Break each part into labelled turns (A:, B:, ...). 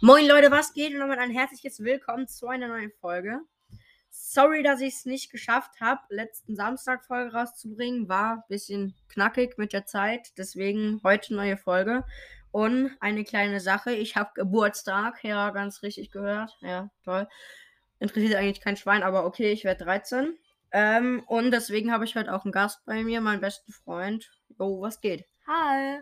A: Moin Leute, was geht? Und nochmal ein herzliches Willkommen zu einer neuen Folge. Sorry, dass ich es nicht geschafft habe, letzten Samstag Folge rauszubringen. War ein bisschen knackig mit der Zeit, deswegen heute neue Folge. Und eine kleine Sache, ich habe Geburtstag, ja, ganz richtig gehört. Ja, toll. Interessiert eigentlich kein Schwein, aber okay, ich werde 13. Ähm, und deswegen habe ich heute auch einen Gast bei mir, meinen besten Freund. Jo, was geht?
B: Hi.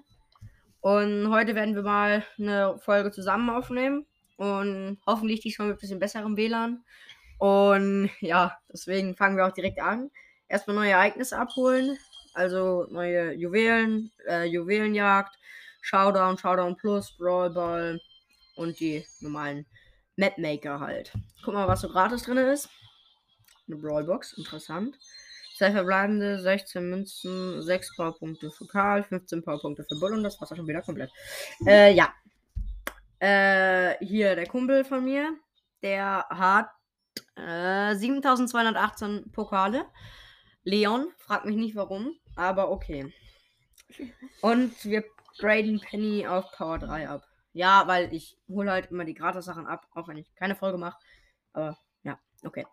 A: Und heute werden wir mal eine Folge zusammen aufnehmen. Und hoffentlich diesmal mit ein bisschen besserem WLAN. Und ja, deswegen fangen wir auch direkt an. Erstmal neue Ereignisse abholen. Also neue Juwelen, äh, Juwelenjagd, Showdown, Showdown Plus, Brawl Ball und die normalen Mapmaker halt. Guck mal, was so gratis drin ist. Eine Brawlbox, interessant. Zwei verbleibende, 16 Münzen, 6 Powerpunkte für Karl, 15 Powerpunkte für Bull und das war's auch schon wieder komplett. Äh, ja. Äh, hier der Kumpel von mir, der hat äh, 7218 Pokale. Leon, frag mich nicht warum, aber okay. Und wir graden Penny auf Power 3 ab. Ja, weil ich hole halt immer die Gratis-Sachen ab, auch wenn ich keine Folge mache. Aber ja, okay.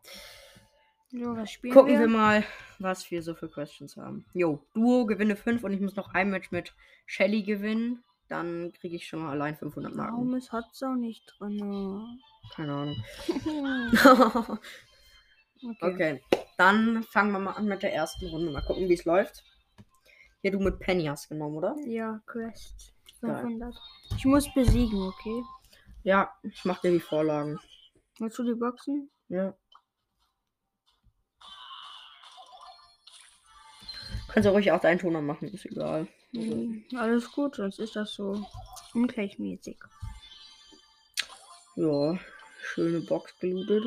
B: Jo, was spielen
A: Gucken
B: wir?
A: wir mal, was wir so für Questions haben. Jo, Duo gewinne 5 und ich muss noch ein Match mit Shelly gewinnen. Dann kriege ich schon mal allein 500 Marken.
B: Warum ist Hotzo nicht drin?
A: Keine Ahnung.
B: okay.
A: okay, dann fangen wir mal an mit der ersten Runde. Mal gucken, wie es läuft. Hier, du mit Penny hast genommen, oder?
B: Ja, Quest.
A: Geil.
B: 500. Ich muss besiegen, okay?
A: Ja, ich mach dir die Vorlagen.
B: Willst du die Boxen?
A: Ja. Kannst du ruhig auch deinen Toner machen, ist egal. Also,
B: Mhm. Alles gut, sonst ist das so ungleichmäßig.
A: ja, schöne Box gelootet.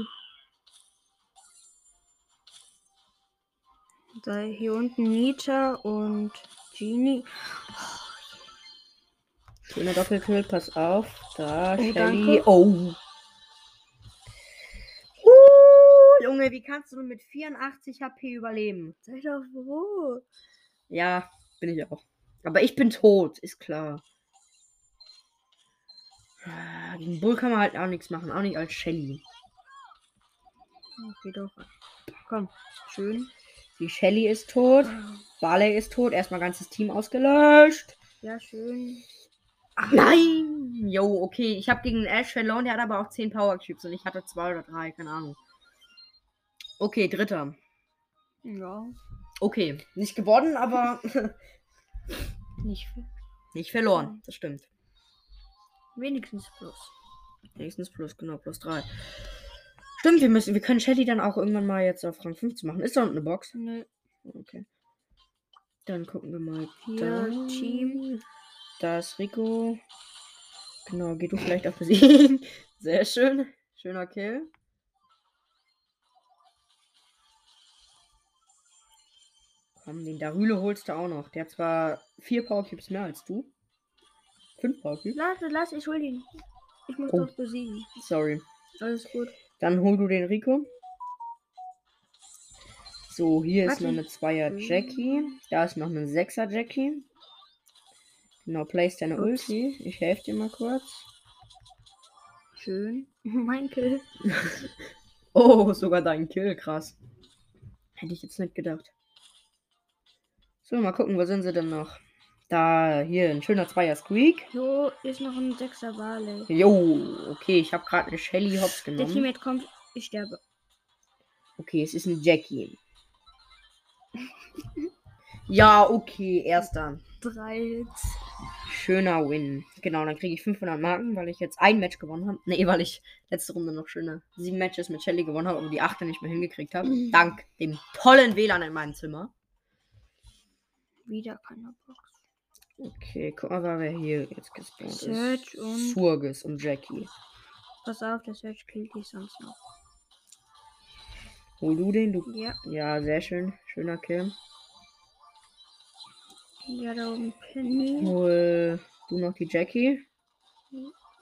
B: Da hier unten Nita und Genie.
A: Schöner Doppelkill, pass auf. Da,
B: Oh,
A: Shelly.
B: danke.
A: Oh. Uh, Junge, wie kannst du nur mit 84 HP überleben?
B: Sei doch froh.
A: Ja, bin ich auch. Aber ich bin tot, ist klar. Ah, Gegen Bull kann man halt auch nichts machen, auch nicht als Shelly.
B: Okay, doch. Komm, schön.
A: Die Shelly ist tot, Barley ist tot, erstmal ganzes Team ausgelöscht.
B: Ja, schön.
A: Ach, nein! Jo, okay, ich habe gegen Ash verloren, der hat aber auch 10 Power Cubes und ich hatte 2 oder 3, keine Ahnung. Okay, dritter.
B: Ja.
A: Okay, nicht gewonnen, aber
B: Nicht viel.
A: nicht verloren. Das stimmt.
B: Wenigstens plus.
A: Nächstens plus, genau, plus 3. Stimmt, wir müssen, wir können Shelly dann auch irgendwann mal jetzt auf Rang 15 machen. Ist da unten eine Box?
B: Nö.
A: Okay. Dann gucken wir mal. da.
B: Hier, Team.
A: Da ist Rico. Genau, geh du vielleicht auf Besiegen. Sehr schön. Schöner Kill. Komm, den Darüle holst du auch noch. Der hat zwar vier Powercubes mehr als du. Fünf Powercubes.
B: Lass, lass, ich hol ihn. Ich muss
A: Oh.
B: doch besiegen.
A: Sorry.
B: Alles gut.
A: Dann hol du den Rico. So, hier ist
B: Warte.
A: noch eine Zweier Jackie. Da ist noch eine Sechser Jackie. Genau, place deine
B: Ups.
A: Ulti. Ich helfe dir mal kurz.
B: Schön. Mein Kill.
A: Oh, sogar dein Kill, krass. Hätte ich jetzt nicht gedacht. So, mal gucken, wo sind sie denn noch? Da, hier, ein schöner Zweier Squeak.
B: Jo, ist noch ein sechser Barley.
A: Jo, okay, ich habe gerade eine Shelly Hops
B: Der
A: genommen.
B: Teammate kommt, ich sterbe.
A: Okay, es ist ein Jackie. ja, okay, erster.
B: Drei Hits.
A: Schöner Win. Genau, dann kriege ich 500 Marken, weil ich jetzt ein Match gewonnen habe. Nee, weil ich letzte Runde noch schöne sieben Matches mit Shelly gewonnen habe, aber die achte nicht mehr hingekriegt habe.
B: Mhm.
A: Dank dem tollen WLAN in meinem Zimmer.
B: Wieder keine Box.
A: Okay, guck mal, wer hier jetzt gespawnt ist.
B: Search und-
A: Surges und Jackie.
B: Pass auf, der Search killt dich sonst noch.
A: Hol du den, du.
B: Ja,
A: Ja, sehr schön. Schöner Kill.
B: ja da oben Penny.
A: Hol du noch die Jackie.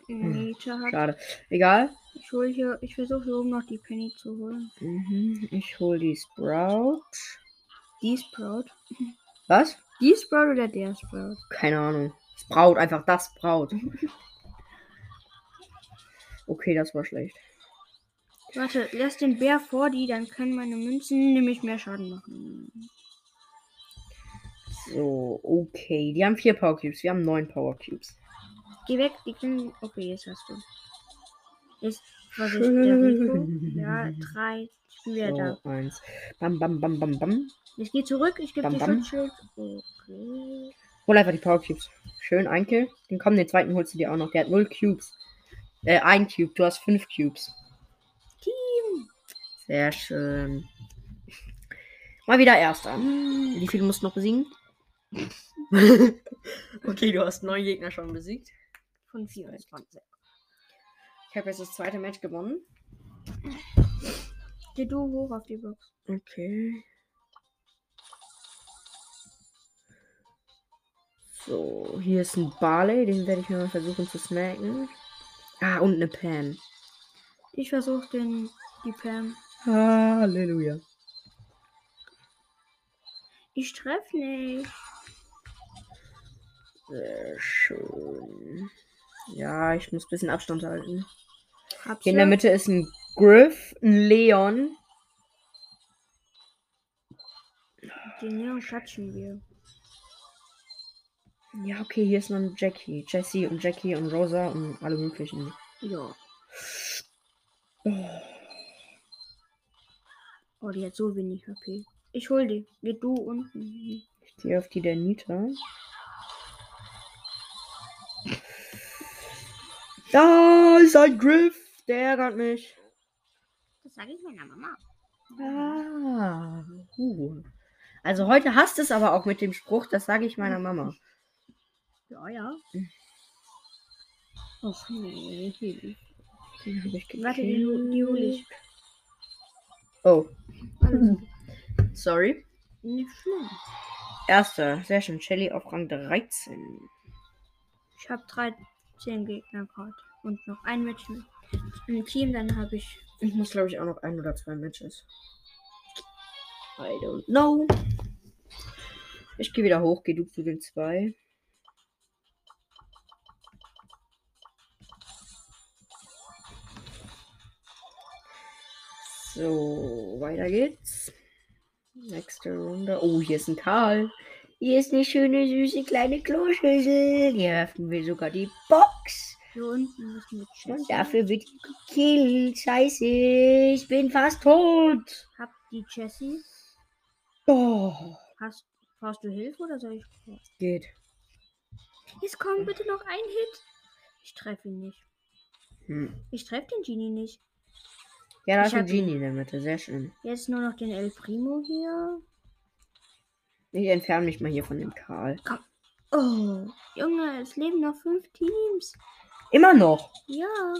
B: Nita hat.
A: Hm. Schade. Egal.
B: Ich hol hier, ich versuche hier oben noch die Penny zu holen.
A: Mhm, ich hol die Sprout.
B: Die Sprout.
A: Was?
B: Die Sprout oder der Sprout?
A: Keine Ahnung. Sprout, einfach das Sprout. Okay, das war schlecht.
B: Warte, lass den Bär vor die, dann können meine Münzen nämlich mehr Schaden machen.
A: So, okay. Die haben vier Power Cubes. Wir haben neun Power Cubes.
B: Geh weg, die können. Okay, jetzt hast du. Jetzt was ist der Rico? Ja, drei. Ich bin wieder da.
A: So, eins. Bam, bam, bam, bam, bam.
B: Ich gehe zurück, ich gebe
A: Bam,
B: dir
A: bam.
B: Schutzschild. Okay.
A: Hol einfach die Power Cubes. Schön, ein Kill. Den komm, den zweiten holst du dir auch noch. Der hat null Cubes. Äh, ein Cube. Du hast fünf Cubes. Team. Sehr schön. Mal wieder Erster. Wie viele musst du noch besiegen? okay, du hast neun Gegner schon besiegt.
B: Von vier.
A: Ich habe jetzt das zweite Match gewonnen.
B: Geh du hoch auf die Box.
A: Okay. So, hier ist ein Barley, den werde ich mir mal versuchen zu snacken. Ah, und eine Pam.
B: Ich versuche den. Die Pam.
A: Halleluja.
B: Ich treffe nicht.
A: Sehr schön. Ja, ich muss ein bisschen Abstand halten.
B: Hab's
A: Hier in der Mitte ist ein Griff, ein Leon.
B: Den Neon klatschen wir.
A: Ja, okay, hier ist noch ein Jackie. Jessie und Jackie und Rosa und alle möglichen.
B: Ja.
A: Oh.
B: Oh, die hat so wenig HP. Ich hol die. Geh du unten.
A: Ich gehe auf die der Nita. Da ist ein Griff. Der ärgert mich.
B: Das sage ich meiner Mama.
A: Ah. Uh. Also heute hast es aber auch mit dem Spruch, das sage ich meiner Mama.
B: Ja, ja. Och nee.
A: Den habe ich gekillt.
B: Warte, die, hol- die hol ich.
A: Oh,
B: Alles
A: sorry.
B: nicht schlimm.
A: Erster, sehr schön. Shelly auf Rang 13.
B: Ich habe 13 Gegner gerade. Und noch ein Match mit im Team, dann habe ich.
A: Ich muss, glaube ich, auch noch ein oder zwei Matches. I don't know. Ich gehe wieder hoch, geh du zu den zwei. So, weiter geht's. Nächste Runde. Oh, hier ist ein Karl. Hier ist eine schöne, süße kleine Kloschüssel. Hier öffnen wir sogar die Box.
B: Hier unten ist mit Jessie.
A: Und dafür wird gekillt. Scheiße, ich bin fast tot.
B: Hab die Jessie.
A: Oh,
B: Hast, brauchst du Hilfe oder soll ich.
A: geht.
B: Jetzt komm bitte noch ein Hit. Ich treffe ihn nicht.
A: Hm.
B: Ich treffe den Genie nicht.
A: Ja, da
B: Ich
A: ist ein
B: hab ihn.
A: Genie in der Mitte. Sehr schön.
B: Jetzt nur noch den El Primo hier.
A: Ich entferne mich mal hier von dem Karl.
B: Oh, Junge, es leben noch fünf Teams.
A: Immer noch.
B: Ja.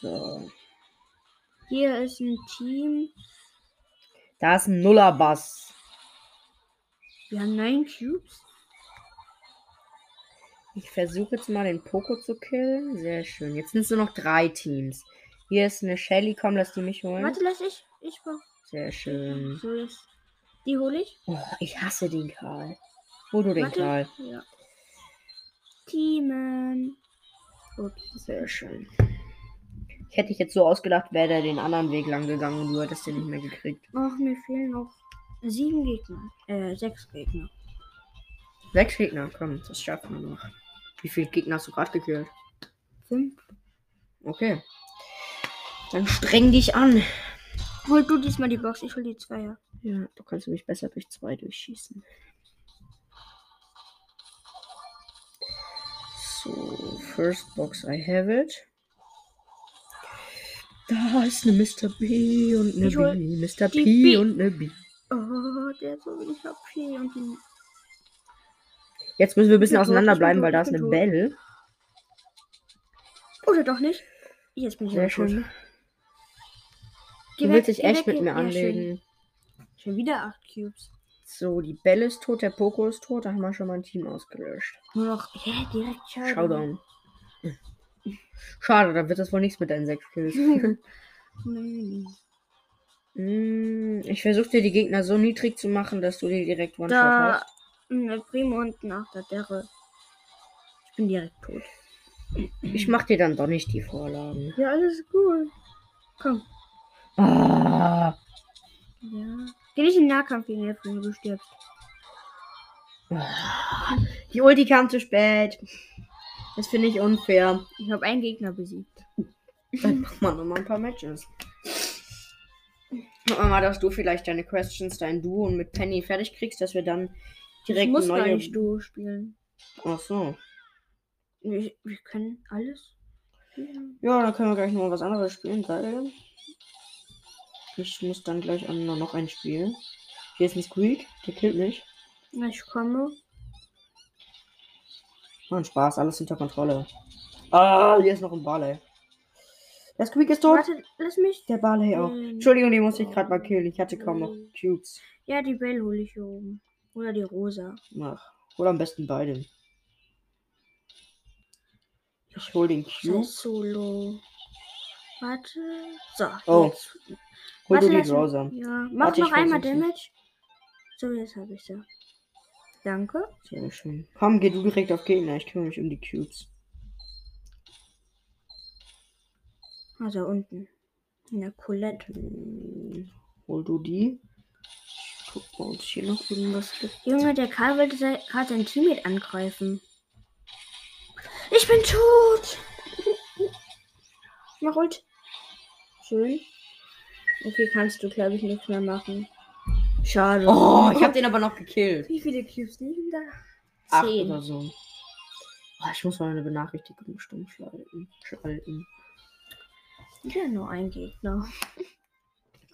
A: So.
B: Hier ist ein Team.
A: Da ist ein Nullerbass.
B: Wir haben neun Cubes.
A: Ich versuche jetzt mal den Poco zu killen. Sehr schön. Jetzt sind es nur noch drei Teams. Hier ist eine Shelly. Komm, lass die mich holen.
B: Warte, lass ich. Ich mach.
A: Sehr schön.
B: So jetzt. Die hole ich.
A: Oh, ich hasse den Karl. Hol du den
B: Warte.
A: Karl.
B: Ja. Teamen. Ups.
A: Sehr schön. Ich hätte dich jetzt so ausgedacht, wäre der den anderen Weg lang gegangen und du hättest den nicht mehr gekriegt.
B: Ach, mir fehlen noch sieben Gegner. Äh, sechs Gegner.
A: Sechs Gegner, komm, das schafft man noch. Wie viele Gegner hast du gerade gekillt?
B: Fünf.
A: Okay. Dann streng dich an.
B: Hol du diesmal die Box, ich hol die Zweier.
A: Ja, du kannst mich besser durch zwei durchschießen. So, first box, I have it. Da ist eine Mr. B und eine
B: Ich hol
A: B. Mr.
B: die
A: P
B: B.
A: und eine B.
B: Oh, der hat so wenig HP und die.
A: Jetzt müssen wir ein bisschen
B: Ich bin tot,
A: auseinanderbleiben,
B: ich
A: weil
B: bin
A: da
B: tot,
A: ist
B: ich
A: eine
B: bin
A: Belle.
B: Oder Oh, doch nicht? Jetzt bin ich
A: Sehr
B: aber
A: schön.
B: tot. Geh
A: Die
B: weg,
A: will sich
B: geh
A: echt
B: weg,
A: mit
B: geh-
A: mir
B: Ja, schön.
A: anlegen.
B: Schon wieder acht Cubes.
A: So, die Belle ist tot, der Poco ist tot. Da haben wir schon mal ein Team ausgelöscht.
B: Nur noch. Hä, direkt Showdown.
A: Showdown. Schade, da wird das wohl nichts mit deinen sechs Kills.
B: Nee.
A: Mm, ich versuche dir die Gegner so niedrig zu machen, dass du dir direkt One-Shot
B: Da. Hm,
A: hast.
B: Ein El Primo und ein Achter Derre. Ich bin direkt tot.
A: Ich mach dir dann doch nicht die Vorlagen.
B: Ja, alles gut. Komm.
A: Ah,
B: Ja. Geh nicht in den Nahkampf gegen Elfen, wenn du stirbst.
A: ah. Die Ulti kam zu spät. Das finde ich unfair.
B: Ich habe einen Gegner besiegt.
A: Dann mach mal nochmal ein paar Matches. Guck mal, dass du vielleicht deine Questions, dein Duo und mit Penny fertig kriegst, dass wir dann direkt
B: ich muss gar
A: neue.
B: nicht Duo spielen.
A: Ach so.
B: Wir, wir können alles. spielen.
A: Ja, dann können wir gleich nochmal was anderes spielen, geil. Ich muss dann gleich an noch ein Spiel. Hier ist ein Squeak, der killt mich.
B: Na, Ich komme.
A: Mann, Spaß, alles unter Kontrolle. Ah, hier ist noch ein Barley. Der Squeak ist tot.
B: Warte, Hm. lass mich.
A: Der Barley auch.
B: Nein.
A: Entschuldigung, den musste ich gerade mal killen. Ich hatte kaum noch
B: Nein.
A: Cubes.
B: Ja, die Bell hole ich hier oben. Oder die Rosa.
A: Mach. Hol am besten beide. Ich hol den
B: Sei
A: Cube.
B: Solo. Warte. So.
A: Oh.
B: Jetzt.
A: Hol du die
B: lass mich-
A: Rosa.
B: Ja. Mach
A: Warte, ich
B: noch einmal
A: versuch's.
B: Damage. So, jetzt habe ich sie. Danke.
A: Sehr schön. Komm, geh du direkt auf Gegner. Ich kümmere mich um die Cubes.
B: Also unten. In der Colette.
A: Hm, Hol du die. Ich guck mal, ob es hier noch irgendwas gibt.
B: Junge, der Karl wollte se- gerade sein Teammate angreifen. Ich bin tot! Mach Ult. Schön. Okay, kannst du, glaube ich, nichts mehr machen. Schade.
A: Oh, ich hab den aber noch gekillt.
B: Wie viele Cubes liegen da?
A: Acht oder
B: Zehn.
A: so. Oh, ich muss mal eine Benachrichtigung stumm schalten. schalten.
B: Ja, nur ein Gegner.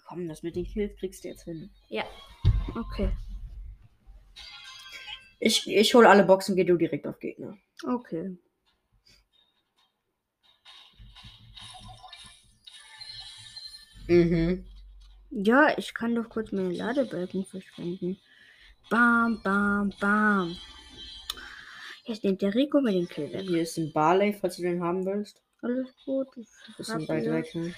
A: Komm, das mit den Kills kriegst du jetzt hin.
B: Okay.
A: Ich, ich hole alle Boxen, geh du direkt auf Gegner.
B: Okay.
A: Mhm.
B: Ja, ich kann doch kurz meine Ladebalken verschwenden. Bam, bam, bam. Jetzt nimmt der Rico mir den Kill weg.
A: Hier ist ein Barley, falls du den haben willst.
B: Alles gut.
A: Das
B: Hab
A: sind weit
B: ja.
A: weg. ne?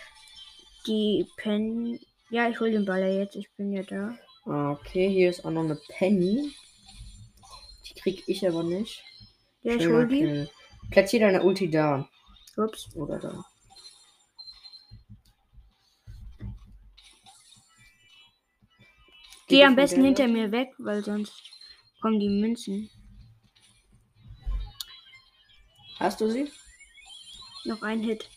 B: Die Pen. Ja, ich hol den Baller jetzt. Ich bin ja da.
A: Ah, Okay, hier ist auch noch eine Penny. Die krieg ich aber nicht.
B: Ja, ich
A: Schöner
B: hol die.
A: Kill. Platzier deine Ulti da.
B: Ups.
A: Oder da.
B: Geh
A: Geht
B: am
A: das
B: besten
A: mit
B: hinter
A: der Welt?
B: mir weg, weil sonst kommen die Münzen.
A: Hast du sie?
B: Noch ein Hit.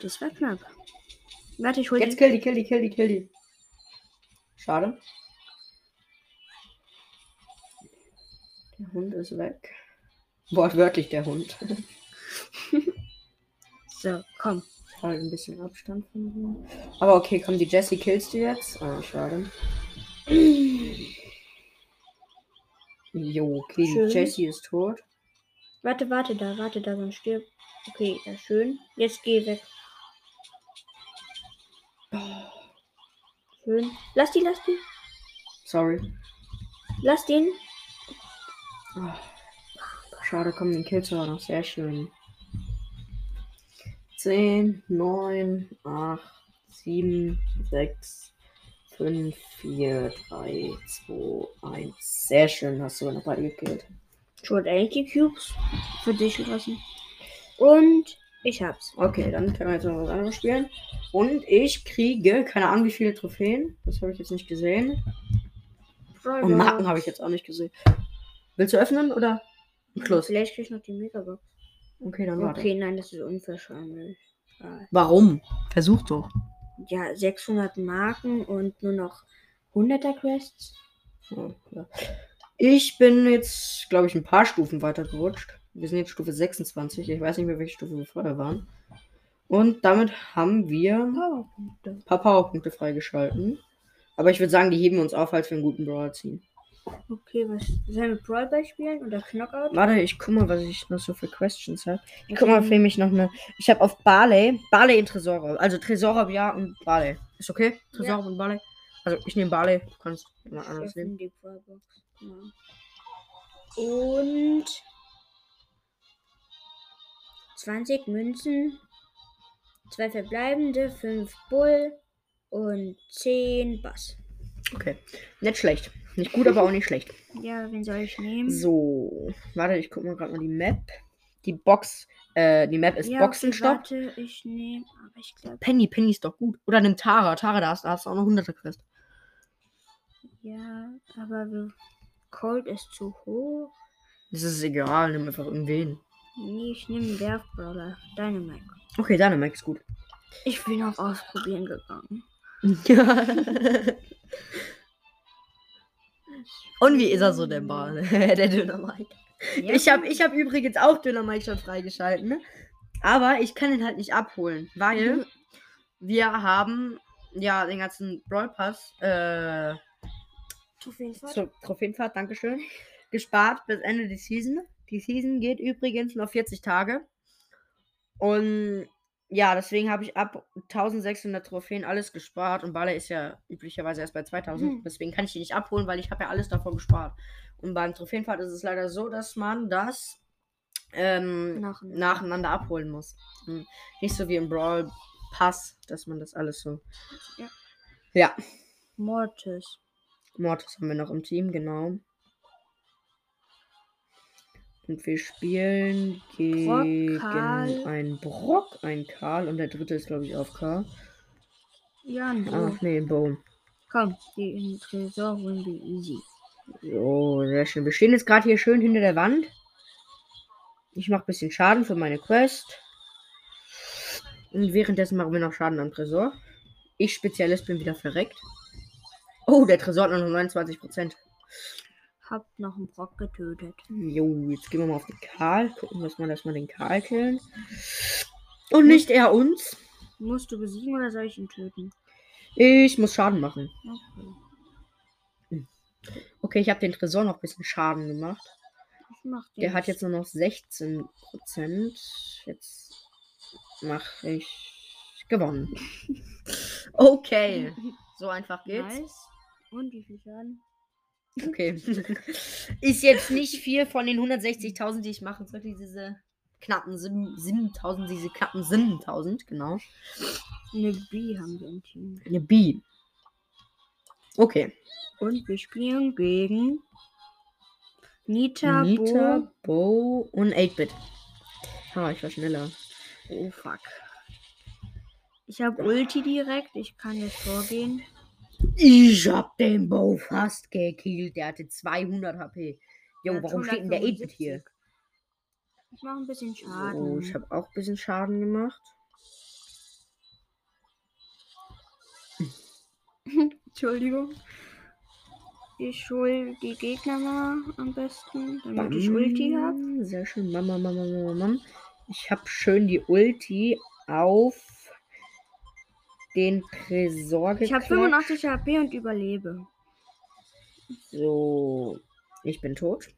B: Das war knapp. Warte, ich hol
A: Jetzt
B: die.
A: kill die, kill die, kill die, kill die. Schade. Der Hund ist weg. Wortwörtlich der Hund.
B: So, komm.
A: Halt ein bisschen Abstand von mir. Aber okay, komm, die Jessie killst du jetzt. Ah, schade. Jo, okay,
B: Schön.
A: die Jessie ist tot.
B: Warte, warte da, warte da, sonst stirb. Okay, ja, schön. Jetzt geh weg. Oh. Schön. Lass die, lass die.
A: Sorry.
B: Lass den.
A: Ah, schade, komm, den Kills war noch sehr schön. 10, 9, 8, 7, 6, 5, 4, 3, 2, 1. Sehr schön, hast du noch beide gekillt.
B: Ich wollte eigentlich die Cubes für dich lassen. Und ich hab's.
A: Okay, dann können wir jetzt noch was anderes spielen. Und ich kriege, keine Ahnung, wie viele Trophäen. Das habe ich jetzt nicht gesehen. Und Marken habe Oh ich jetzt auch nicht gesehen. Willst du öffnen oder? Schluss.
B: Vielleicht krieg ich noch die Megabox.
A: Okay, dann warte.
B: Okay, nein, das ist unwahrscheinlich. Ah,
A: Warum? Versuch doch.
B: Ja, 600 Marken und nur noch 100er Quests.
A: Ja, Oh, ja. Ich bin jetzt, glaube ich, ein paar Stufen weiter gerutscht. Wir sind jetzt Stufe 26. Ich weiß nicht mehr, welche Stufe wir vorher waren. Und damit haben wir ein
B: Oh.
A: paar Powerpunkte freigeschalten. Aber ich würde sagen, die heben wir uns auf, als wir einen guten Brawl ziehen.
B: Okay, was? Sollen wir Brawl Ball spielen oder Knockout?
A: Warte, ich guck mal, was ich noch so für Questions habe. Ich guck
B: Mhm.
A: mal, für mich noch eine. Ich habe auf Barley, Barley in Tresor. Also Tresor, ja, und Barley. Ist okay? Tresor und Barley. Also ich nehme Barley. Du kannst mal
B: Ich
A: anders nehmen.
B: öffne die Brawl Box. Ja. Und 20 Münzen, 2 verbleibende, 5 Bull und 10 Bass.
A: Okay. Nicht schlecht. Nicht gut, aber auch nicht schlecht.
B: Ja, wen soll ich nehmen?
A: So, warte, ich guck mal gerade mal die Map. Die Box, äh, die Map ist
B: ja,
A: Boxenstopp.
B: Okay, warte, ich nehme, aber ich glaube,
A: Penny, Penny ist doch gut. Oder nimm Tara. Tara, da hast, da hast du auch eine 100er Quest.
B: ja, aber wir- Cold ist zu hoch.
A: Das ist egal, nimm einfach irgendwen.
B: Nee, ich nehme Werfbrawler. Dynamite.
A: Okay, deine Mac ist gut.
B: Ich bin auf Ausprobieren gegangen.
A: Und wie ist er so denn Bar? Der Döner Mike.
B: Ja,
A: Ich habe ich hab übrigens auch Döner Mike schon freigeschalten, ne? Aber ich kann ihn halt nicht abholen, weil
B: Mhm.
A: wir haben ja den ganzen Brawl Pass äh,
B: Auf jeden Fall.
A: zur Trophäenfahrt, Dankeschön, gespart bis Ende der Season. Die Season geht übrigens noch 40 Tage. Und ja, deswegen habe ich ab 1600 Trophäen alles gespart und Barley ist ja üblicherweise erst bei 2000.
B: Mhm.
A: Deswegen kann ich die nicht abholen, weil ich habe ja alles davon gespart. Und beim Trophäenfahrt ist es leider so, dass man das ähm,
B: Nach-
A: nacheinander abholen muss. Hm. Nicht so wie im Brawl Pass, dass man das alles so.
B: Ja.
A: ja.
B: Mortis.
A: Mortis haben wir noch im Team, genau. Und wir spielen gegen
B: Karl.
A: einen Brock, einen Karl und der dritte ist, glaube ich, auf Karl.
B: Ja, und
A: Ach nee, Bone.
B: Komm, die im Tresor holen wir easy.
A: So, Oh, sehr schön. Wir stehen jetzt gerade hier schön hinter der Wand. Ich mache ein bisschen Schaden für meine Quest. Und währenddessen machen wir noch Schaden am Tresor. Ich Spezialist bin wieder verreckt. Oh, der Tresor hat nur noch 29%.
B: Hab noch einen Brock getötet.
A: Jo, jetzt gehen wir mal auf den Karl. Gucken, dass wir, dass wir den Karl killen. Und nicht er uns.
B: Musst du besiegen oder soll ich ihn töten?
A: Ich muss Schaden machen.
B: Okay.
A: Okay, ich habe den Tresor noch ein bisschen Schaden gemacht.
B: Ich mach den.
A: Der hat jetzt nur noch 16%. Jetzt mache ich gewonnen. Okay. So einfach geht's.
B: Nice. Und wie viel Schaden?
A: Okay. Ist jetzt nicht viel von den 160.000, die ich machen sollte, diese knappen sieben- 7.000, diese knappen 7.000, genau.
B: Eine B haben wir im Team.
A: Eine B. Okay.
B: Und wir spielen gegen Nita,
A: Nita, Bo
B: Bo.
A: und 8-Bit. Ah, ich war schneller.
B: Oh fuck. Ich habe Ulti direkt, ich kann jetzt vorgehen.
A: Ich hab den Bo fast gekillt. Der hatte 200 HP. Jo,
B: Er hat
A: warum steht denn der 8-Bit hier?
B: 175. Ich mache ein bisschen Schaden.
A: So, ich habe auch ein bisschen Schaden gemacht.
B: Entschuldigung. Ich hol die Gegner mal am besten, damit
A: Bam.
B: ich Ulti habe.
A: Sehr schön. Mam, mam, mam, mam, mam, mam. Ich hab schön die Ulti auf den Tresor
B: Ich habe
A: geklatscht.
B: 85 HP und überlebe.
A: So, ich bin tot.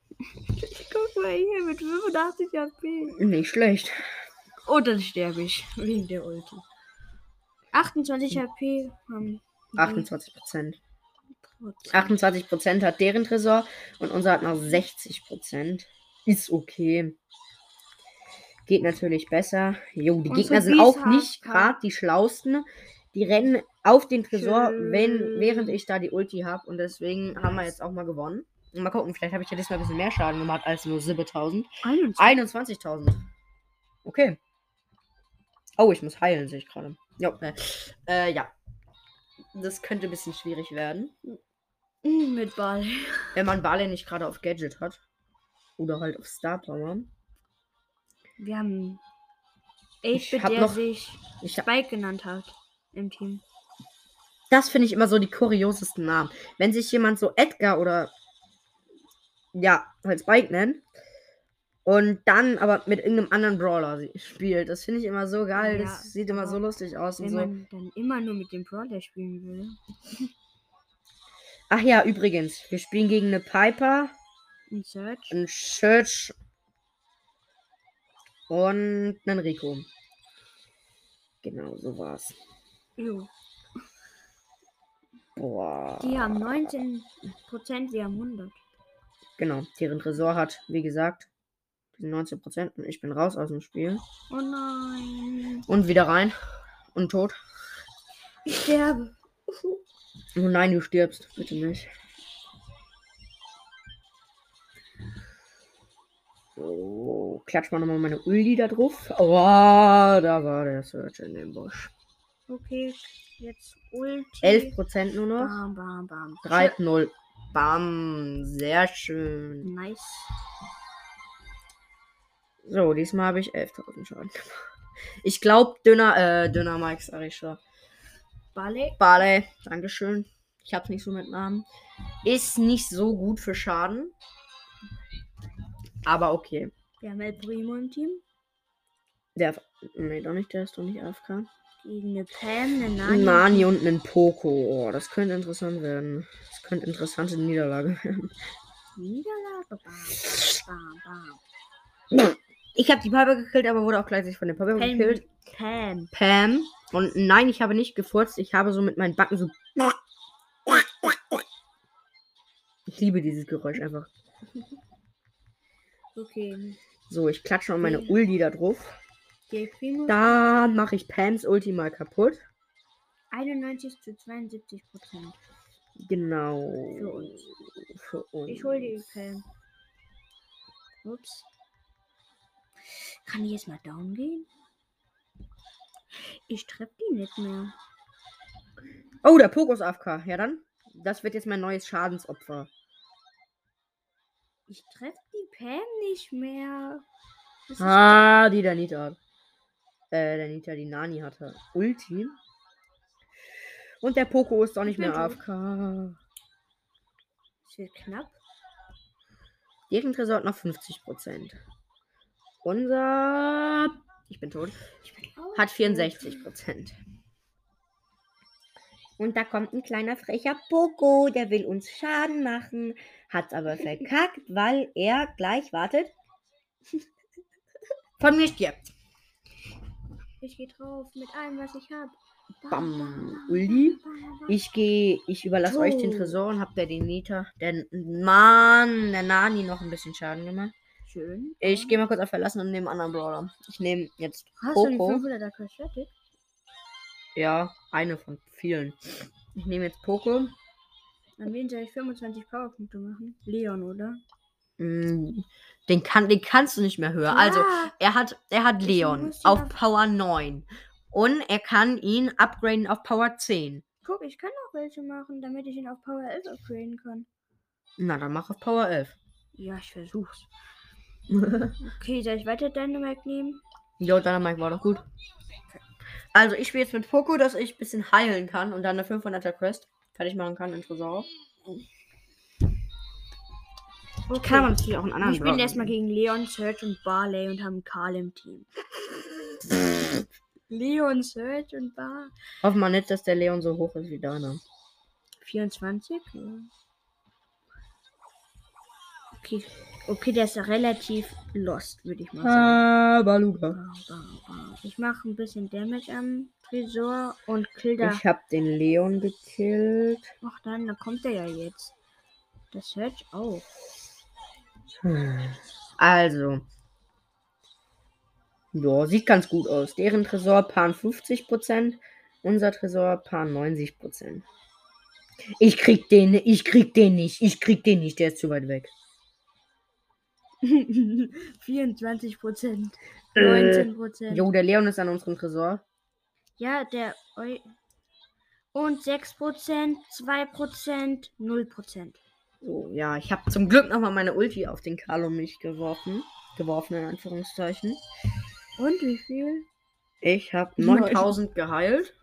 B: Guck mal hier mit 85 HP.
A: Nicht schlecht.
B: Oh, dann sterbe ich wegen der Ulti. 28 HP haben die
A: 28 Prozent.
B: Prozent.
A: 28% hat deren Tresor und unser hat noch 60%. Ist okay. Geht natürlich besser. Jo, die
B: Unsere
A: Gegner sind
B: Bees
A: auch
B: haben
A: nicht
B: kein-
A: gerade die schlausten. Die rennen auf den Tresor,
B: Schön.
A: wenn, während ich da die Ulti habe. Und deswegen haben wir jetzt auch mal gewonnen. Und mal gucken, vielleicht habe ich ja diesmal ein bisschen mehr Schaden gemacht als nur 7000.
B: 21.
A: 21.000. Okay. Oh, ich muss heilen, sehe ich gerade. Ja, äh, äh, ja. Das könnte ein bisschen schwierig werden.
B: Mm, Mit Ball.
A: Wenn man Barley nicht gerade auf Gadget hat. Oder halt auf Star Power.
B: Wir haben
A: Ich
B: 8-Bit,
A: hab
B: der
A: noch-
B: sich
A: Ich, hab-
B: Spike genannt hat im Team.
A: das finde ich immer so die kuriosesten Namen. Wenn sich jemand so Edgar oder. Ja, halt Spike nennt. Und dann aber mit irgendeinem anderen Brawler sie- spielt. Das finde ich immer so geil.
B: Ja,
A: das sieht immer
B: aber
A: so lustig aus. Und
B: Wenn
A: so.
B: man dann immer nur mit dem Brawler spielen würde.
A: Ach ja, übrigens. Wir spielen gegen eine Piper,
B: In Search.
A: einen Search und einen Rico. Genau, so war's.
B: Jo.
A: Boah.
B: Die haben 19 Prozent, wir haben 100.
A: Genau, deren Tresor hat, wie gesagt, die 19% und ich bin raus aus dem Spiel.
B: Oh nein.
A: Und wieder rein. Und tot.
B: Ich sterbe.
A: Oh nein, du stirbst. Bitte nicht. So, klatsch mal nochmal meine Ulti da drauf. Aua, da war der Search in dem Busch.
B: Okay, jetzt Ulti.
A: 11% nur noch.
B: Bam, bam, bam.
A: 3-0. Bam, sehr schön.
B: Nice.
A: So, diesmal habe ich 11.000 Schaden gemacht. Ich glaube, dünner, äh, dünner Mike, sag ich schon.
B: Ballet.
A: Barley, Dankeschön. Ich hab's nicht so mit Namen. Ist nicht so gut für Schaden. Aber okay.
B: Wir haben El Primo im Team.
A: Der. Nee, doch nicht, der ist doch nicht AFK.
B: Gegen eine Pam, eine Nani.
A: Nani und einen Poco. Oh, das könnte interessant werden. Das könnte interessante Niederlage werden.
B: Niederlage. Bam, bam, bam.
A: Ich habe die Piper gekillt, aber wurde auch gleichzeitig von der Piper
B: Pam.
A: gekillt.
B: Pam.
A: Pam. Und nein, ich habe nicht gefurzt. Ich habe so mit meinen Backen so. Ich liebe dieses Geräusch einfach.
B: Okay.
A: So, ich klatsche mal meine
B: Ja.
A: Ulti da drauf.
B: El Primo.
A: Dann mache ich Pams Ulti mal kaputt.
B: 91 zu 72 Prozent.
A: Genau.
B: Für uns.
A: Für uns.
B: Ich hol die Pam. Ups. Kann ich jetzt mal down gehen? Ich treff die nicht mehr.
A: Oh, der Pokus AFK. Ja dann. Das wird jetzt mein neues Schadensopfer.
B: Ich treff die Pam nicht mehr. Das ist
A: Ah, die Danita hat. Äh, Danita, die Nani hatte. Ulti. Und der Poco ist auch nicht
B: bin
A: mehr
B: tot.
A: AFK.
B: doch- Es wird knapp.
A: Gegentresor hat noch 50%. Unser. Ich bin tot.
B: Ich bin auch
A: Hat
B: tot.
A: 64%. Und da kommt ein kleiner frecher Poco, der will uns Schaden machen, hat's aber verkackt, weil er gleich wartet. Von mir stirbt.
B: Ich gehe drauf mit allem, was ich hab.
A: Bam, Uli.
B: bam, bam.
A: Ich gehe, ich überlasse euch den
B: So.
A: Tresor und hab der den Nita, der Mann, der Nani noch ein bisschen Schaden gemacht.
B: Schön.
A: Ich gehe mal kurz auf Verlassen und nehme einen anderen Brawler. Ich nehme jetzt
B: Hast du die
A: Poco.
B: 500er Quest fertig?
A: ja, eine von vielen. Ich nehme jetzt Poco.
B: An wen soll ich 25 Powerpunkte machen? Leon, oder?
A: Mm, Den, kann, den kannst du nicht mehr höher. Also,
B: Ja,
A: er hat, er hat
B: Ich
A: Leon
B: muss ihn
A: auf
B: auf-
A: Power 9. Und er kann ihn upgraden auf Power 10.
B: guck, ich kann auch welche machen, damit ich ihn auf Power 11 upgraden kann.
A: Na, dann mach auf Power 11.
B: Ja, ich versuch's. Okay, soll ich weiter Dynamite nehmen?
A: jo, dann Mike war doch gut. Also, ich spiele jetzt mit Poco, dass ich ein bisschen heilen kann und dann eine 500er Quest fertig machen kann in Tresor.
B: Okay.
A: Kann aber natürlich auch einen anderen
B: Wir spielen
A: Brawler
B: erstmal
A: nehmen.
B: gegen Leon, Serge und Barley und haben Karl im Team. Leon, Serge und Bar.
A: Hoffen wir nicht, dass der Leon so hoch ist wie deiner.
B: 24? Ja. Okay. Okay, der ist relativ lost, würde ich mal sagen.
A: Ah, Baluga.
B: Bam, bam, bam. Ich mache ein bisschen Damage am Tresor und kill da.
A: Ich habe den Leon gekillt.
B: Ach dann, da kommt er ja jetzt. Der Search auch.
A: Also. Ja, sieht ganz gut aus. Deren Tresor Pan 50%, unser Tresor Pan 90%. Ich krieg den, ich krieg den nicht, ich krieg den nicht, der ist zu weit weg.
B: 24 Prozent.
A: Äh,
B: 19 Prozent.
A: Jo, der Leon ist an unserem Tresor.
B: Ja, der. Eu und 6 Prozent, 2 Prozent, 0 Prozent.
A: So, ja, ich habe zum Glück nochmal meine Ulti auf den Carlo mich geworfen. Geworfen in Anführungszeichen.
B: Und wie viel?
A: Ich habe
B: Neun.
A: 9000 geheilt.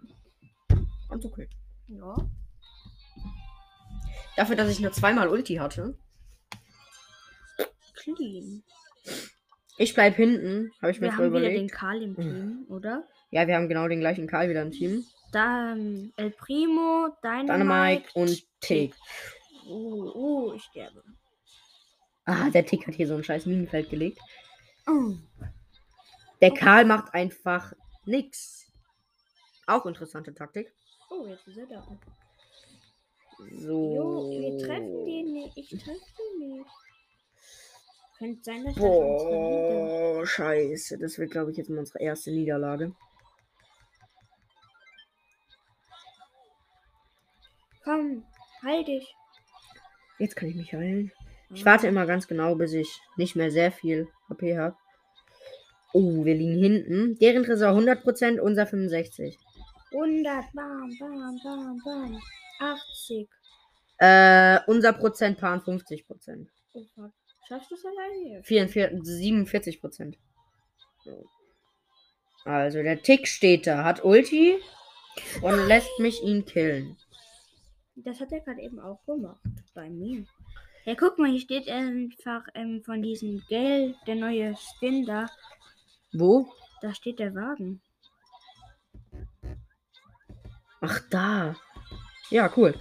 A: Ganz okay.
B: Ja.
A: Dafür, dass ich nur zweimal Ulti hatte.
B: Clean.
A: Ich bleib hinten, habe ich mir
B: Wir
A: vorher
B: haben wieder den
A: überlegt. Hm.
B: Karl im Team, oder?
A: Ja, wir haben genau den gleichen Karl wieder im Team.
B: Da ähm, El Primo, Dynamite.
A: Dynamite und Tick.
B: Oh, oh, ich sterbe.
A: Ah, der Tick hat hier so ein scheiß Minenfeld gelegt.
B: Oh.
A: Der Karl macht einfach nix. Auch interessante Taktik.
B: oh, jetzt ist er da.
A: So.
B: Jo,
A: Oh.
B: wir treffen den nicht. Ich treffe den nicht. Könnte sein, dass das unsere Liebe.
A: Boah, scheiße. Das wird, glaube ich, jetzt mal unsere erste Niederlage.
B: Komm, halt dich. halt
A: Jetzt kann ich mich heilen. Ich warte immer ganz genau, bis ich nicht mehr sehr viel HP habe. Oh, wir liegen hinten. Deren Tresor 100%, unser 65.
B: 100, bam, bam, bam, bam. 80.
A: Äh, unser Prozentpaar 50%.
B: Oh fuck. Schaffst du es alleine?
A: 44, 47%. So. Also der Tick steht da, hat Ulti und lässt mich ihn killen.
B: Das hat er gerade eben auch gemacht. Bei mir. Ja, guck mal, hier steht einfach ähm, von diesem Gel, der neue Skin da.
A: Wo?
B: Da steht der Wagen.
A: Ach da. Ja, cool.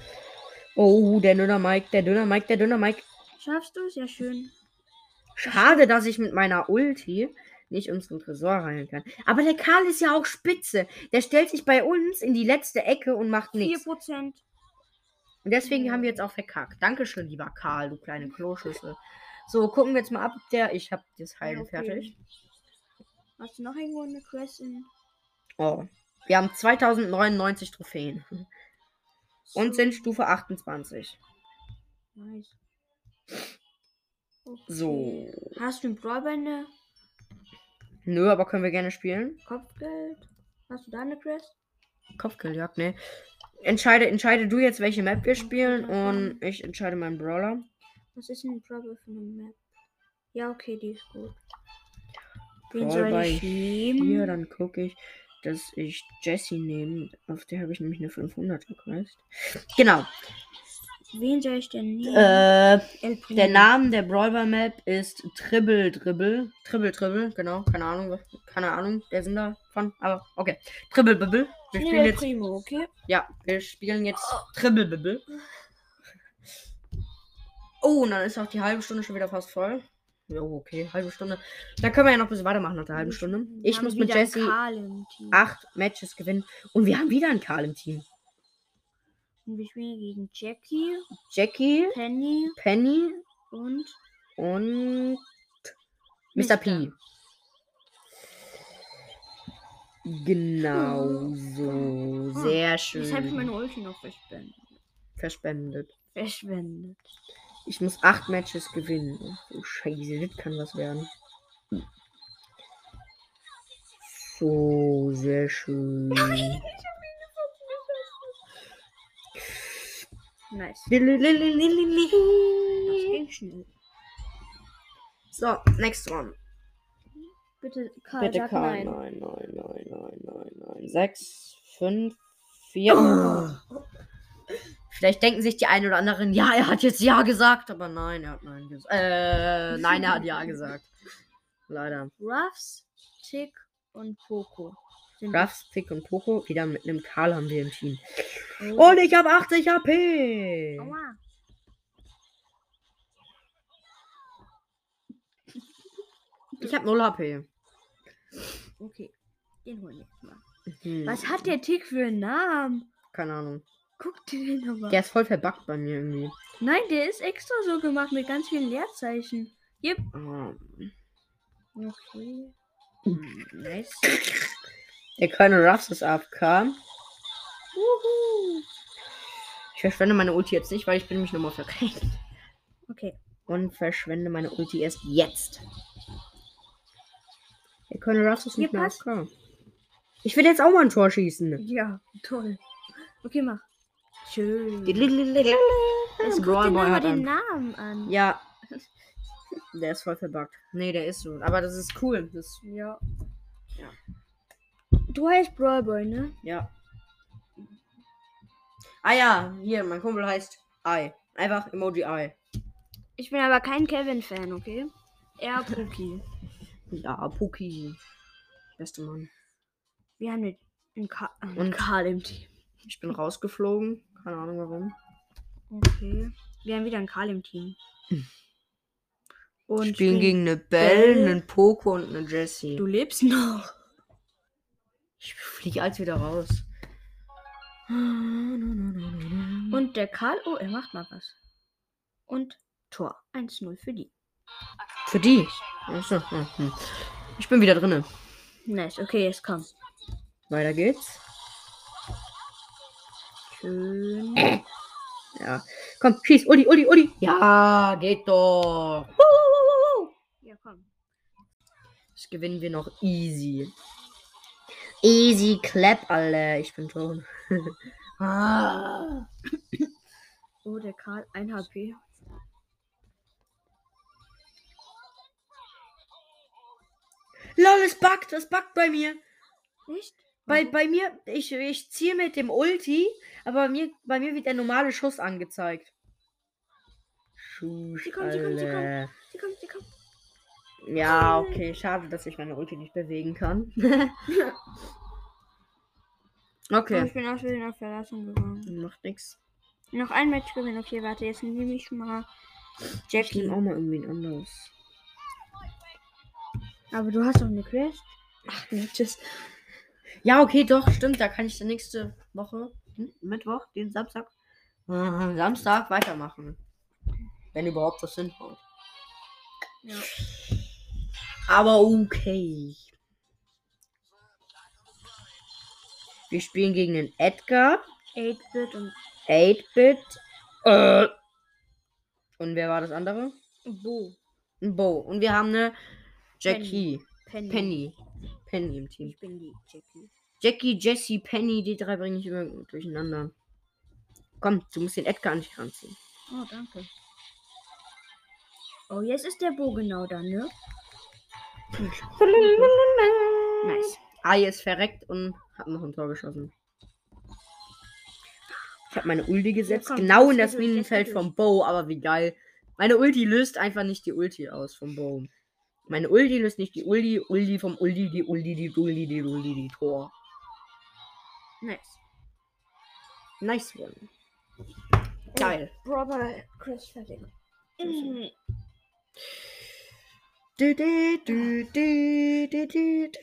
A: Oh, der dünner Mike, der dünner Mike, der dünner Mike.
B: Schaffst du es? Ja, schön.
A: Schade, dass ich mit meiner Ulti nicht unseren Tresor heilen kann. Aber der Karl ist ja auch spitze. Der stellt sich bei uns in die letzte Ecke und macht nichts.
B: 4%.
A: Und deswegen haben wir jetzt auch verkackt. Dankeschön, lieber Karl, du kleine Kloschüssel. So, gucken wir jetzt mal ab, ob der. Ich habe das Heilen
B: Ja, okay.
A: fertig.
B: Hast du noch irgendwo eine Quest in?
A: Oh. Wir haben 2099 Trophäen und
B: So,
A: sind Stufe 28.
B: Nice. Okay.
A: So.
B: Hast du in Brawlbände?
A: Nö, aber können wir gerne spielen.
B: Kopfgeld? Hast du da eine Quest?
A: Kopfgeldjagd, ne. Entscheide, entscheide du jetzt, welche Map wir spielen und ich entscheide meinen Brawler.
B: Was ist denn Brawlball für eine Map? Ja, okay, die ist gut.
A: Brawl
B: Den soll
A: bei
B: ich nehmen?
A: Hier, dann gucke ich, dass ich Jessie nehme. Auf der habe ich nämlich eine 500er Quest. Genau.
B: Wen soll ich denn nehmen?
A: Äh,
B: El
A: der
B: Primo.
A: Name der Brawler Map ist Tribble Dribble. Tribble Dribble, genau. Keine Ahnung, was- keine Ahnung, der Sinn davon. Aber okay. Tribble Bibble. Wir
B: Ich nehme
A: spielen
B: El
A: jetzt,
B: Primo, okay?
A: ja, wir spielen jetzt Tribble Bibble. Oh, und dann ist auch die halbe Stunde schon wieder fast voll. Jo, okay, halbe Stunde. Da können wir ja noch ein bisschen weitermachen nach der halben Stunde. Ich
B: Haben
A: muss mit
B: wieder einen
A: Jessie
B: Karl im Team.
A: acht Matches gewinnen. Und wir haben wieder einen Karl im Team.
B: Und wir spielen gegen Jackie,
A: Jackie,
B: Penny
A: Penny
B: und
A: und Mr. P. Genau so.
B: Ah,
A: Sehr
B: Jetzt habe ich meine
A: schön.
B: Ulti noch verschwendet.
A: Verspendet.
B: Verschwendet.
A: Ich muss acht Matches gewinnen. Oh, scheiße, das kann was werden. So, sehr schön.
B: Nice. Das
A: Lililililili.
B: ging schnell.
A: So, next one.
B: Bitte, Karl,
A: Bitte
B: sag
A: kein.
B: nein.
A: Ah, Nein, nein, nein, nein, nein, nein. Sechs, fünf, vier. Vielleicht denken sich die einen oder anderen, ja, er hat jetzt ja gesagt, aber nein, er hat nein gesagt. Äh, nein, er hat ja gesagt. Leider.
B: Ruffs, Tick und Poco. Sind
A: Ruffs, Pick und Poco, wieder mit einem Karl haben wir im Team.
B: die-
A: Und ich habe 80 HP.
B: Aua.
A: Ich habe 0 HP.
B: Okay, den holen wir jetzt mal.
A: Hm,
B: Was hat der Tick für einen Namen?
A: Keine Ahnung.
B: Guck dir den nochmal.
A: Der ist voll verbuggt bei mir irgendwie.
B: Nein, der ist extra so gemacht mit ganz vielen Leerzeichen.
A: Ah,
B: Okay.
A: nice. Der Colonel Ruffs ist AFK.
B: Wuhu.
A: Ich verschwende meine Ulti jetzt nicht, weil ich bin nämlich nochmal verrückt.
B: Okay.
A: Und verschwende meine Ulti erst jetzt. Der Colonel Ruffs ist
B: Hier
A: nicht mehr
B: passt.
A: AFK. Ich will jetzt auch mal ein Tor schießen.
B: Ja, toll. Okay, mach. Schön. Jetzt
A: Das
B: guck dir nochmal den Namen an.
A: Ja. Der ist voll verbuggt. Nee, der ist so. Aber das ist cool. Das,
B: Ja.
A: Ja.
B: Du heißt Brawlboy, ne?
A: ja. Ah ja, hier, mein Kumpel heißt Ei. Einfach Emoji Ei.
B: Ich bin aber kein Kevin-Fan, okay? Er Pookie.
A: Ja, Puki. Beste Mann.
B: Wir haben den, den Ka
A: Und-
B: und Karl im Team.
A: Ich bin rausgeflogen. Keine Ahnung warum.
B: Okay. Wir haben wieder einen Karl im Team. Und
A: Hm. spielen
B: bin-
A: gegen eine Belle,
B: Belle.
A: einen Poco und eine Jessie.
B: Du lebst noch.
A: Ich fliege als wieder raus. Und
B: Und der Karl, oh, er macht mal was. Und Tor. 1-0 für die.
A: für die. Achso, hm, hm. Ich bin wieder drinne.
B: Nice, okay, jetzt komm.
A: Weiter geht's.
B: Schön.
A: Ja. Komm, schieß. Uli, Uli, Uli. Ja, geht doch. Huhuhuhu.
B: Ja, komm.
A: Das gewinnen wir noch easy. Easy clap, alle. Ich bin schon. ah.
B: Oh, der Karl, 1 HP.
A: Lol, es buggt. Es buggt bei mir.
B: Nicht?
A: Bei, bei mir, ich, ich ziehe mit dem Ulti, aber bei mir, bei mir wird der normale Schuss angezeigt. Schuss,
B: Sie kommen, sie kommen, sie kommen.
A: alle.
B: Sie kommt, sie kommt.
A: Ja, okay, schade, dass ich meine Ulti nicht bewegen kann.
B: Okay.
A: okay,
B: Ich bin aus Versehen auf Verlassung gegangen.
A: macht nix.
B: Noch ein Match gewinnen. Okay, warte, jetzt nehme ich mal
A: Ich nehme
B: Jackie.
A: auch mal irgendwie ein anderes.
B: Aber du hast doch eine Quest.
A: Ach, Matches. Ja, okay, doch, stimmt, da kann ich dann nächste Woche, hm, Mittwoch, den Samstag, äh, Samstag weitermachen. Wenn überhaupt das Sinn hat.
B: Ja.
A: Aber okay. Wir spielen gegen den Edgar,
B: 8-Bit und
A: 8-Bit. Äh. Und wer war das andere?
B: Bo.
A: Ein Bo. Und wir haben eine Jackie.
B: Penny.
A: Penny. Penny im Team.
B: Ich bin die Jackie.
A: Jackie, Jesse, Penny, die drei bringe ich immer durcheinander. Komm, du musst den Edgar nicht ranziehen.
B: Oh, danke. Oh, jetzt ist der Bo genau da, ne?
A: Nice. Ai ist verreckt und hat noch ein Tor geschossen. Ich habe meine Ulti gesetzt,
B: komm,
A: genau in
B: jetzt
A: das
B: geh durch, jetzt
A: Minenfeld
B: geh
A: vom Bo, aber wie geil. Meine Ulti löst einfach nicht die Ulti aus vom Bo. Meine Ulti löst nicht die Ulti, Ulti vom Ulti, die Ulti, die Ulti, die Ulti, die Tor.
B: Nice.
A: Nice one. Geil.
B: Brother Oh, Chris fertig. Mhm.
A: Du, du, du, du, du, du, du, du.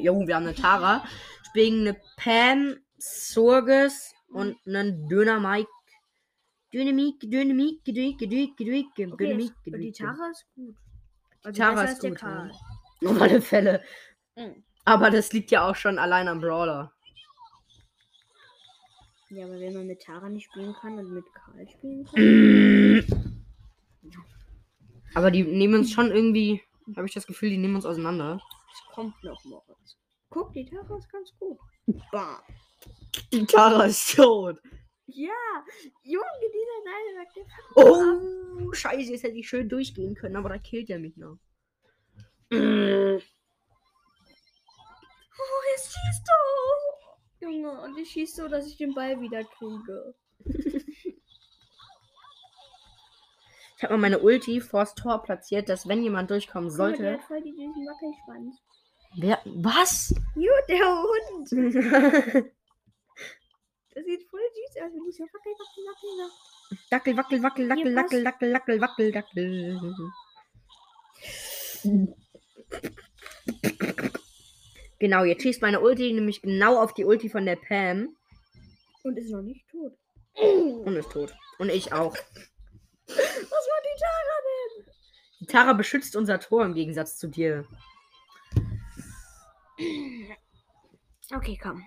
A: Jo, wir haben eine Tara. Spielen eine Pam, Sorges und einen Döner Mike. Döner Mike, Döner Mike, Döner Mike, Döner Mike,
B: Okay,
A: Döner
B: ist,
A: Mike.
B: die Tara ist gut. Also
A: Tara
B: besser
A: ist
B: als der
A: gut, ja.
B: Karl.
A: Auf alle Fälle.
B: Mhm.
A: Aber das liegt ja auch schon allein am Brawler.
B: Ja, aber wenn man mit Tara nicht spielen kann und mit Karl spielen kann.
A: Aber die nehmen uns schon irgendwie, habe ich das Gefühl, die nehmen uns auseinander.
B: Es kommt noch Moritz. Guck, die Tara ist ganz gut. Bam.
A: Die Tara ist tot.
B: Ja, Junge, dieser Nein sagt der
A: Oh, scheiße, jetzt hätte ich schön durchgehen können, aber da killt er mich noch. Mm.
B: Oh, jetzt schießt du! Junge, und ich schieße so, dass ich den Ball wieder kriege.
A: Ich habe mal meine Ulti vors Tor platziert, dass wenn jemand durchkommen
B: Guck mal, der
A: sollte.
B: hat voll die- diesen Wackelschwanz.
A: Wer, was?
B: Jo, der Hund!
A: Mhm. Dackel,
B: Das sieht voll süß aus. Du musst ja wackel, wackel, wackel, wackel.
A: wackel, wackel,
B: Hier
A: lackel,
B: passt-
A: lackel, lackel, lackel, wackel, dackel. Genau, jetzt schießt meine Ulti nämlich genau auf die Ulti von der Pam
B: Und ist noch nicht tot.
A: und ist tot. Und ich auch.
B: Was war die Tara denn?
A: Die Tara beschützt unser Tor im Gegensatz zu dir.
B: Okay, komm.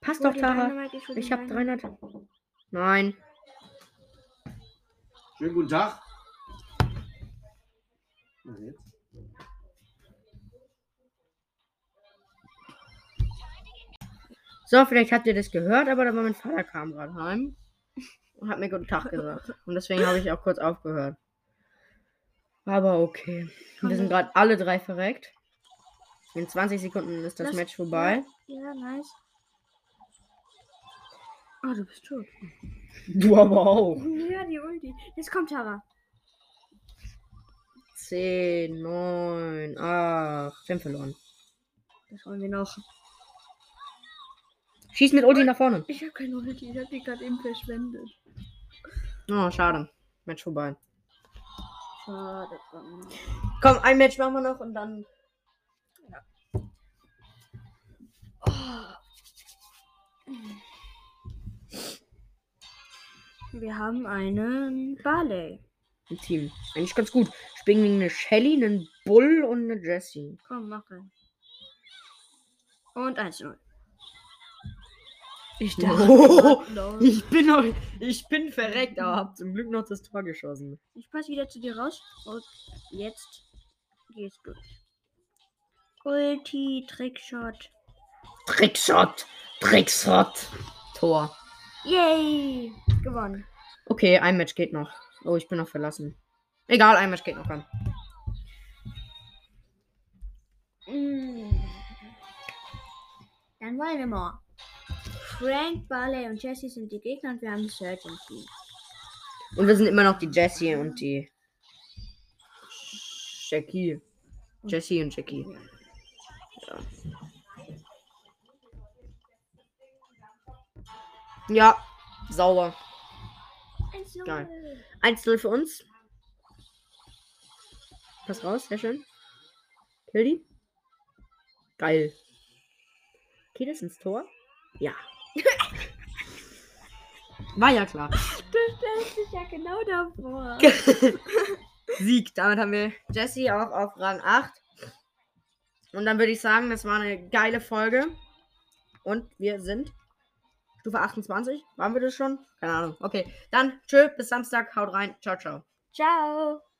A: Passt doch, Tara. Ich habe 300. Nein.
C: Schönen guten Tag. Na jetzt.
A: So, vielleicht habt ihr das gehört, aber da war mein Vater kam gerade heim und hat mir guten Tag gesagt. Und deswegen habe ich auch kurz aufgehört. Aber okay. Wir sind gerade alle drei verreckt. In 20 Sekunden ist das
B: Lass-
A: Match vorbei.
B: Ja, nice. Ah, du bist tot.
A: Du aber auch.
B: Ja, die Ulti. Jetzt kommt Tara.
A: 10, 9, 8. Wir haben verloren.
B: Das wollen wir noch.
A: Schieß mit Ulti nach vorne.
B: Ich habe keine Ulti. Ich habe die gerade eben verschwendet.
A: Oh, schade. Match vorbei.
B: Schade. Mann.
A: Komm, ein Match machen wir noch und dann.
B: Wir haben einen Barley.
A: Ein Team. Eigentlich ganz gut. Spielen gegen eine Shelly, einen Bull und eine Jessie.
B: Komm, mach rein. Und 1-0.
A: Ich
B: No.
A: ich bin noch, ich bin verreckt, aber hab zum Glück noch das Tor geschossen.
B: Ich passe wieder zu dir raus. Und jetzt gehst du. Ulti, Trickshot.
A: Trickshot! Trickshot! Tor.
B: Yay! Gewonnen.
A: Okay, ein Match geht noch. Oh, ich bin noch verlassen. Egal, ein Match geht noch komm.
B: Mm. Dann wollen wir mal. Frank, Barley und Jesse sind die Gegner und wir haben Search im Team.
A: Und wir sind immer noch die Jessie und die Jackie. Jessie und Jackie. Ja, sauber. Geil. 1-0 für uns. Pass raus, sehr schön. Kill die. Geil. Geht das ins Tor? Ja. War ja klar.
B: Du stellst dich ja genau davor.
A: Sieg. Damit haben wir Jesse auch auf Rang 8. Und dann würde ich sagen, das war eine geile Folge. Und wir sind Stufe 28. Waren wir das schon? Keine Ahnung. Okay, dann tschö, bis Samstag. Haut rein. Ciao, ciao.
B: Ciao.